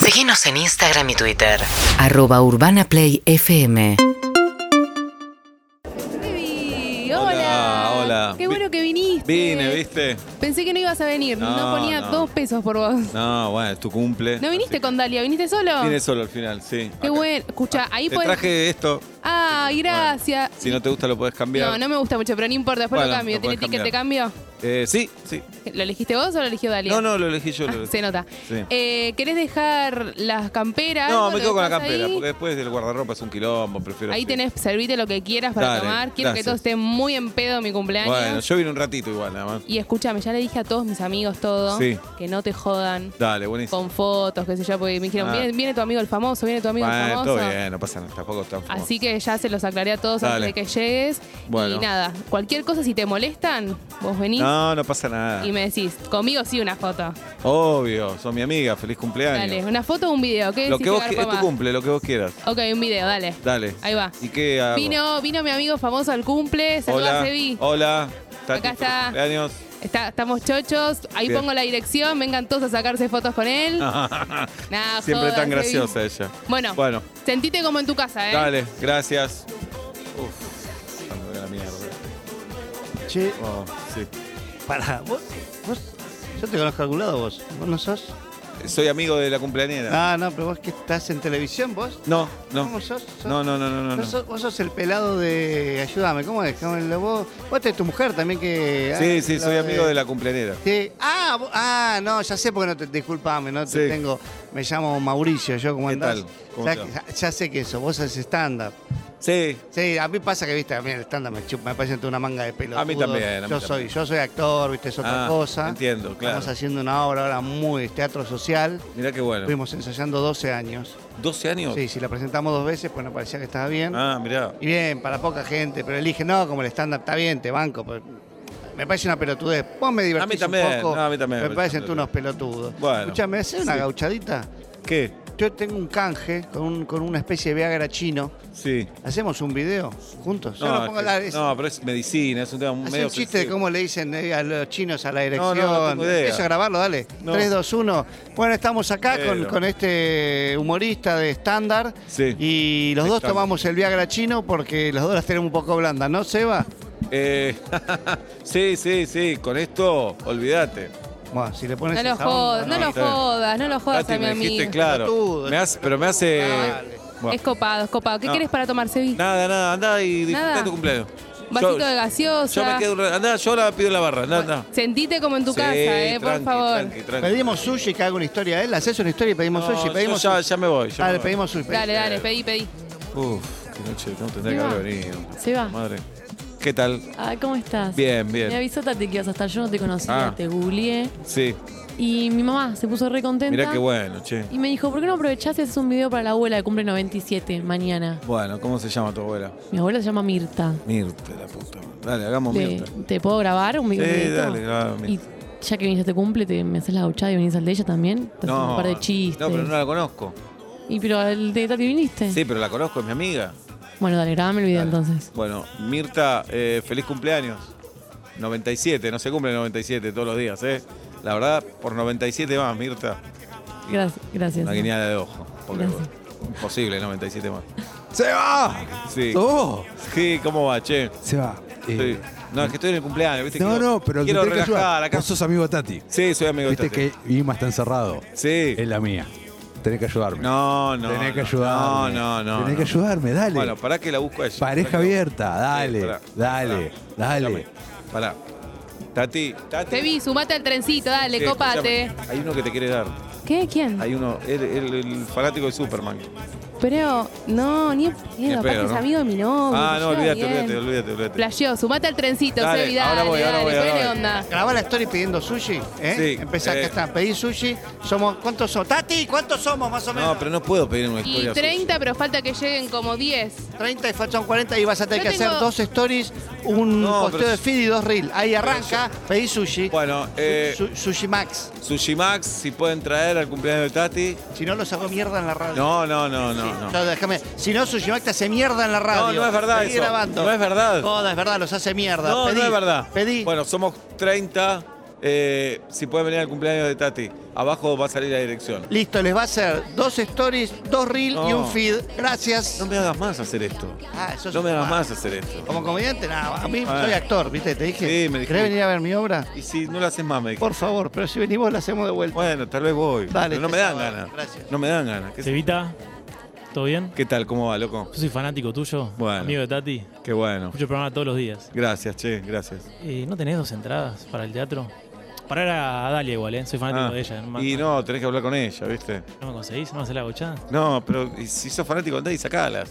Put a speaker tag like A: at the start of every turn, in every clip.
A: Seguinos en Instagram y Twitter.
B: arroba urbanaplayfm
C: Baby, hola.
D: Hola, hola.
C: Qué
D: Vi-
C: bueno que viniste.
D: Vine, ¿viste?
C: Pensé que no ibas a venir. No,
D: No,
C: ponía
D: no.
C: dos pesos por vos.
D: No, bueno, es tu cumple.
C: No viniste
D: así
C: con Dalia, viniste solo.
D: que- Vine solo al final, sí.
C: Qué bueno. pues- Escucha, ahí
D: Te
C: podés-
D: traje esto.
C: Ah, gracias.
D: Si no te gusta, lo puedes cambiar.
C: No, no me gusta mucho, pero no importa, después lo
D: Bueno,
C: cambio.
D: lo
C: ¿Tiene
D: podés
C: ticket de cambio?
D: Eh, sí, sí.
C: ¿Lo elegiste vos o lo eligió Dalia?
D: No, no, lo elegí yo.
C: Ah,
D: lo-
C: se nota.
D: Sí.
C: Eh, ¿Querés dejar las camperas?
D: no,
C: algo?
D: me
C: ¿Lo
D: quedo con la
C: dejás
D: campera,
C: ahí?
D: porque después del guardarropa es un quilombo, prefiero.
C: Ahí
D: sí.
C: tenés, servite lo que quieras para
D: Dale,
C: tomar. Quiero que
D: gracias.
C: todo esté muy en pedo mi cumpleaños.
D: Bueno, yo vine un ratito igual, nada más.
C: Y escúchame, ya le dije a todos mis amigos todo.
D: Sí.
C: Que no te jodan.
D: Dale, buenísimo.
C: con fotos, qué sé yo, porque me dijeron,
D: Ah.
C: viene, viene tu amigo el famoso, viene tu amigo el
D: Bueno,
C: famoso.
D: todo bien, no pasa nada, tampoco está
C: Así que ya se los aclaré a todos
D: Dale.
C: antes de que llegues.
D: Bueno.
C: Y nada, cualquier cosa, si te molestan, vos venís
D: No, no pasa nada.
C: y me decís, conmigo sí una foto.
D: Obvio, son mi amiga, feliz cumpleaños.
C: Dale, una foto o un video. ¿Qué
D: Lo
C: decís
D: que vos
C: garpa
D: qui- es tu
C: más?
D: cumple, lo que vos quieras.
C: Ok, un video, dale.
D: Dale.
C: Ahí va.
D: ¿Y qué hago?
C: Vino, vino mi amigo famoso al cumple, saludos
D: Hola. Oh.
C: a Sebi.
D: Hola. Tati,
C: Acá
D: feliz
C: está.
D: Cumpleaños.
C: Está- estamos chochos, ahí
D: Bien. Ah.
C: pongo la dirección, vengan todos a sacarse fotos con él. Nah,
D: Siempre
C: joda,
D: tan
C: Sebi.
D: graciosa ella.
C: Bueno,
D: Bueno,
C: sentite como en tu casa, ¿eh?
D: dale, gracias. Uf, cuando veo la mierda.
E: Che,
D: Oh, sí.
E: pará, vos, vos, yo te conozco a algún lado vos, vos no sos.
D: Soy amigo de la cumpleañera.
E: Ah, no, pero vos que estás en televisión vos.
D: No, no.
E: ¿Cómo sos? ¿Sos-
D: No, no, no, no, no. no.
E: vos sos- vos sos el pelado de. Ayúdame, ¿cómo es? ¿Cómo es? Vos, vos tenés tu mujer también que.
D: Sí,
E: ah,
D: sí,
E: lo
D: soy amigo de la cumpleañera.
E: Sí. Ah, vos- ah, no, ya sé porque no te. Disculpame, no te
D: Sí.
E: tengo. Me llamo Mauricio, yo como
D: ¿Qué
E: andás.
D: tal? ¿Cómo
E: Ya,
D: te va?
E: ya sé que eso, vos haces stand-up.
D: Sí,
E: Sí, a mí pasa que, viste, a mí el stand-up me chupa, me parece toda una manga de pelo.
D: A mí también, a mí
E: yo, soy,
D: también.
E: yo soy actor, viste, es otra
D: Ah,
E: cosa.
D: entiendo, claro.
E: Estamos haciendo una obra ahora muy teatro social.
D: mirá qué bueno.
E: Estuvimos ensayando 12 años.
D: ¿12 años?
E: Sí, si la presentamos dos veces, pues nos parecía que estaba bien.
D: Ah, mirá.
E: Y bien, para poca gente, pero elige, no, como el stand-up está bien, te banco. pero me parece una pelotudez. Vos me divertís
D: A mí también,
E: un poco.
D: no, a mí también me
E: Me
D: parece
E: parecen tú
D: una
E: unos pelotudos.
D: Bueno.
E: Escuchame, ¿haces una gauchadita?
D: ¿Qué?
E: Yo tengo un canje con, un- con una especie de Viagra chino.
D: Sí.
E: ¿Hacemos un video juntos? Yo
D: No,
E: no pongo
D: es que-
E: la- es-
D: no, pero es medicina, es un tema
E: Hace
D: medio.
E: un chiste de
D: ofensivo.
E: cómo le dicen eh, a los chinos a la dirección.
D: no tengo idea.
E: Empiezo a grabarlo, dale.
D: No.
E: 3, 2, 1. Bueno, estamos acá con,
D: Pero.
E: con este humorista de estándar.
D: Sí.
E: Y los dos
D: Estándar.
E: tomamos el Viagra chino porque los dos las tenemos un poco blandas, ¿no, Seba?
D: Eh, sí, sí, sí. Con esto, olvídate.
E: Bueno, si le pones
C: No
E: el
C: lo
E: jabón,
C: jodas, no
E: bueno.
C: lo
D: Sí.
C: jodas, no lo jodas
D: Tati,
C: a mi
D: me dijiste,
C: amigo.
D: claro.
E: Pelotudo,
D: Me hace- pero me hace.
E: Dale.
D: Bueno,
C: Es copado, es copado. ¿Qué
D: No.
C: querés para tomar, Sebi?
D: nada, nada, andá y disfrutá
C: Nada.
D: tu cumpleaños.
C: Vasito
D: Yo-
C: de gaseosa.
D: Yo me quedo un rato. Andá, yo ahora pido en la barra. Andá, andá.
C: Sentite como en tu
D: Sí,
C: casa, eh,
D: tranqui,
C: por favor.
D: tranqui, tranqui.
E: Pedimos sushi que haga una historia a él. Haces una historia y pedimos
D: No,
E: sushi.
D: yo
E: Pedimos
D: ya,
E: sushi.
D: ya me voy. ya
E: Dale,
D: me voy.
E: pedimos sushi.
C: Dale, dale, pedí, pedí.
D: Uf, qué noche, no tendría que
F: Seba.
D: haber venido.
C: Ah.
F: Seba.
D: Madre. ¿Qué tal?
F: Ah, ¿cómo estás?
D: Bien,
F: Me
D: bien.
F: avisó Tati que ibas a estar, yo no te conocía,
D: Ah.
F: te googleé.
D: Sí,
F: Y mi mamá se puso re contenta.
D: mirá qué bueno, che.
F: Y me dijo, ¿por qué no aprovechás y haces un video para la abuela que cumple 97 mañana?
D: Bueno, ¿cómo se llama tu abuela?
F: Mi abuela se llama Mirta.
D: Mirta, la puta. Dale, hagamos
F: Te-
D: Mirta.
F: ¿Te puedo grabar un
D: Sí,
F: video?
D: dale, grabá,
F: Y
D: Mirta.
F: ya que viniste a este cumple, te, me haces la gauchada y venís al de ella también. Te haces un par de chistes.
D: no, pero no la conozco.
F: Y pero al de Tati viniste.
D: Sí, pero la conozco, es mi amiga.
F: Bueno, dale, grabame el video
D: Dale.
F: entonces.
D: Bueno, Mirta, eh, feliz cumpleaños. 97, no se cumple 97 todos los días, ¿eh? La verdad, por 97 más, Mirta. Y
F: Gracias. gracias.
D: Una guiñada de ojo. Porque
F: Gracias.
D: bueno, imposible, 97 más. ¡Se va! ¡Oh! Sí. Sí, ¿cómo va, che?
G: Se va.
D: Estoy-
G: Eh,
D: No, es que estoy en el cumpleaños, ¿viste?
G: no,
D: Quiero-
G: no, pero
D: Quiero
G: te tenés que
D: relajar
G: ayudar.
D: acá.
G: Vos sos amigo de Tati.
D: Sí, soy amigo de
G: Viste
D: Tati.
G: que Ima está encerrado.
D: Sí.
G: Es la mía. Tenés que ayudarme.
D: No, no.
G: Tenés que
D: no.
G: ayudarme.
D: No, no, no.
G: Tenés
D: no.
G: que ayudarme, dale.
D: Bueno, pará que la busco a ella.
G: Pareja
D: Pará que-
G: abierta, dale,
D: Sí, pará,
G: dale,
D: pará,
G: dale.
D: escúchame, Pará. Tati, Tati.
C: Sebi, sumate al trencito, dale,
D: Sí,
C: copate.
D: escúchame, Hay uno que te quiere dar.
C: ¿Qué? ¿Quién?
D: Hay uno, el, el- el fanático de Superman.
C: Pero, no, ni en
D: Ni en
C: pedo, aparte
D: pedo,
C: es
D: ¿no?
C: amigo de mi novio.
D: ah, no,
C: yo,
D: olvídate,
C: bien.
D: olvídate, olvídate, olvídate.
C: Flasheó, sumate al trencito,
D: Dale,
C: Sebi,
D: ahora
C: dale,
D: voy, ahora
C: dale,
D: voy, ahora
C: ponele
D: voy.
C: onda.
E: Grabá la story pidiendo sushi, ¿eh?
D: Sí,
E: Empezá,
D: eh.
E: acá está, pedí sushi. Somos, ¿Cuántos somos? Tati, ¿cuántos somos más o menos?
D: No, pero no puedo pedir una
C: Y
D: historia. suya.
C: 30, pero falta que lleguen como 10.
E: 30 y faltan 40 y vas a tener
C: Yo
E: que
C: tengo-
E: hacer dos stories, un
D: No,
E: posteo
D: pero-
E: de feed y dos reels. Ahí arranca, pedí sushi.
D: Bueno, eh,
E: Su- sushi Max.
D: Sushi Max, si pueden traer al cumpleaños de Tati.
E: Si no, los hago mierda en la radio.
D: No, no, no, no. no.
E: No, déjame. Si no, Sushi Max te hace mierda en la radio.
D: no es verdad
E: Seguí
D: eso.
E: grabando.
D: No es verdad.
E: No, es verdad, los hace mierda.
D: No,
E: Pedí,
D: no es verdad.
E: Pedí.
D: Bueno, somos 30. eh, si pueden venir al cumpleaños de Tati. Abajo va a salir la dirección.
E: Listo, les va a hacer dos stories, dos reels y
D: No.
E: un feed. Gracias.
D: No me hagas más hacer esto.
E: Ah, sos
D: No me
E: un
D: hagas
E: mamá.
D: más hacer esto.
E: Como comediante, nada. A mí
D: A ver.
E: soy actor, ¿viste? Te dije.
D: Sí, me dijiste.
E: ¿Querés venir a ver mi obra?
D: Y si no lo haces más, me dijiste.
E: Por favor, pero si venimos la hacemos de vuelta.
D: Bueno, tal vez voy.
E: Dale,
D: pero no
E: te
D: me dan
E: salvaron.
D: ganas.
E: Gracias.
D: No me dan ganas. ¿Qué,
H: Cevita, ¿todo bien?
D: qué tal? ¿Cómo va, loco?
H: Yo soy fanático tuyo,
D: Bueno.
H: amigo de Tati. Escucho
D: Qué bueno.
H: el programa todos los días.
D: Gracias, che, gracias.
H: Eh, ¿No tenés dos entradas para el teatro? Para a Dalia igual, ¿eh? Soy fanático
D: Ah,
H: de ella. No,
D: y
H: me-
D: no, tenés que hablar con ella, ¿viste?
H: no me conseguís, no me hacés la gochada.
D: No, pero y si sos fanático de Daddy, sacalas.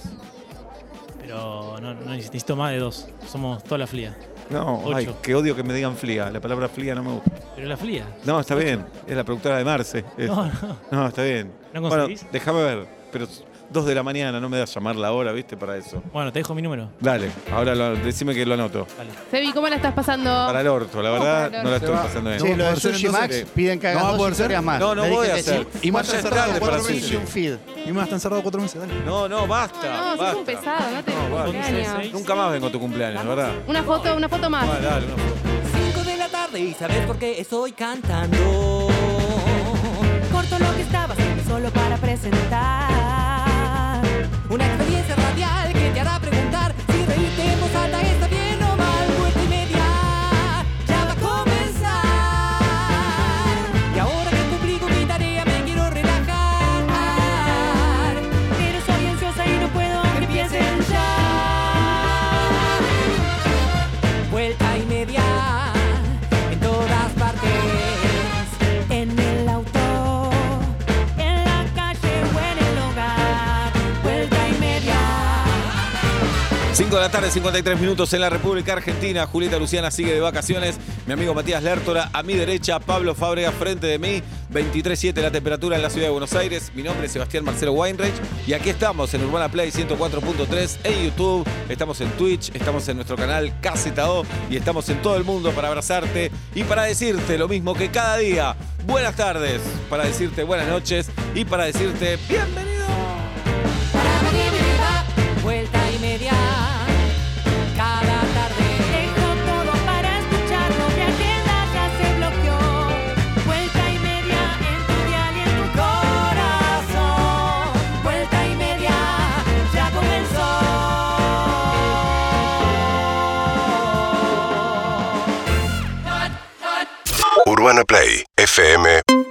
H: Pero no, no necesito más de dos. Somos toda la flia.
D: No, ay,
H: Ocho.
D: qué odio que me digan flia. La palabra flia no me gusta.
H: Pero la flia.
D: No, está bien. Es la productora de Marce. es.
H: No, no.
D: No, está bien.
H: ¿No
D: bueno,
H: conseguís?
D: déjame ver. Pero s- dos de la mañana, no me das llamar la hora, ¿viste? Para eso.
H: Bueno, te dejo mi número.
D: Dale, ahora lo- decime que lo anoto.
H: Vale.
C: Sebi, ¿cómo la estás pasando?
D: Para el orto, la
C: No,
D: verdad,
C: para Oh. el
D: no la
G: orto.
D: estoy
G: Se va.
D: pasando bien.
G: No
E: Sí,
G: va
E: lo de
G: a poder ser,
E: Sushi Max
G: entonces.
E: piden que
G: No
E: hagas
G: va a
E: dos
G: poder ser.
E: historias más.
D: No, no
E: Le
D: voy a
E: dije que
D: hacer.
E: sí.
G: Y más
E: Cuatro
G: tarde,
E: entradas,
D: para
E: cuatro reels y
D: sushi.
E: un feed.
G: Y más están cerrados cuatro meses, dale.
D: No, no, basta.
C: No, sos un
D: basta.
C: pesado, no te
D: No, basta.
C: cumpleaños.
D: Nunca más vengo a tu cumpleaños, la ¿verdad?
C: Una foto, una foto más.
D: Ah, dale, no.
I: 5 de la tarde y sabes por qué estoy cantando. Corto lo que estaba haciendo solo para presentar. Una experiencia radial que te hará preguntar si reírte en voz alta está este bien o mal. Vuelta y media ya va a comenzar. Y ahora que publico mi tarea me quiero relajar. Pero soy ansiosa y no puedo que empiecen ya vuelta y media en todas partes, en el auto, en la calle o en el hogar, vuelta y media.
D: 5 de la tarde, 53 minutos en la República Argentina. Julieta Luciana sigue de vacaciones. Mi amigo Matías Lertora a mi derecha, Pablo Fábrega frente de mí. 23.7 la temperatura en la ciudad de Buenos Aires. Mi nombre es Sebastián Marcelo Weinreich y aquí estamos en Urbana Play 104.3 en YouTube. Estamos en Twitch, estamos en nuestro canal KZO y estamos en todo el mundo para abrazarte y para decirte lo mismo que cada día. Buenas tardes, para decirte buenas noches y para decirte bienvenido.
I: Vuelta y media, cada tarde. Dejo todo para escucharlo, mi agenda ya se bloqueó. Vuelta y media en tu dial y en tu corazón. Vuelta y media, ya comenzó.
J: UrbanaPlayFM.com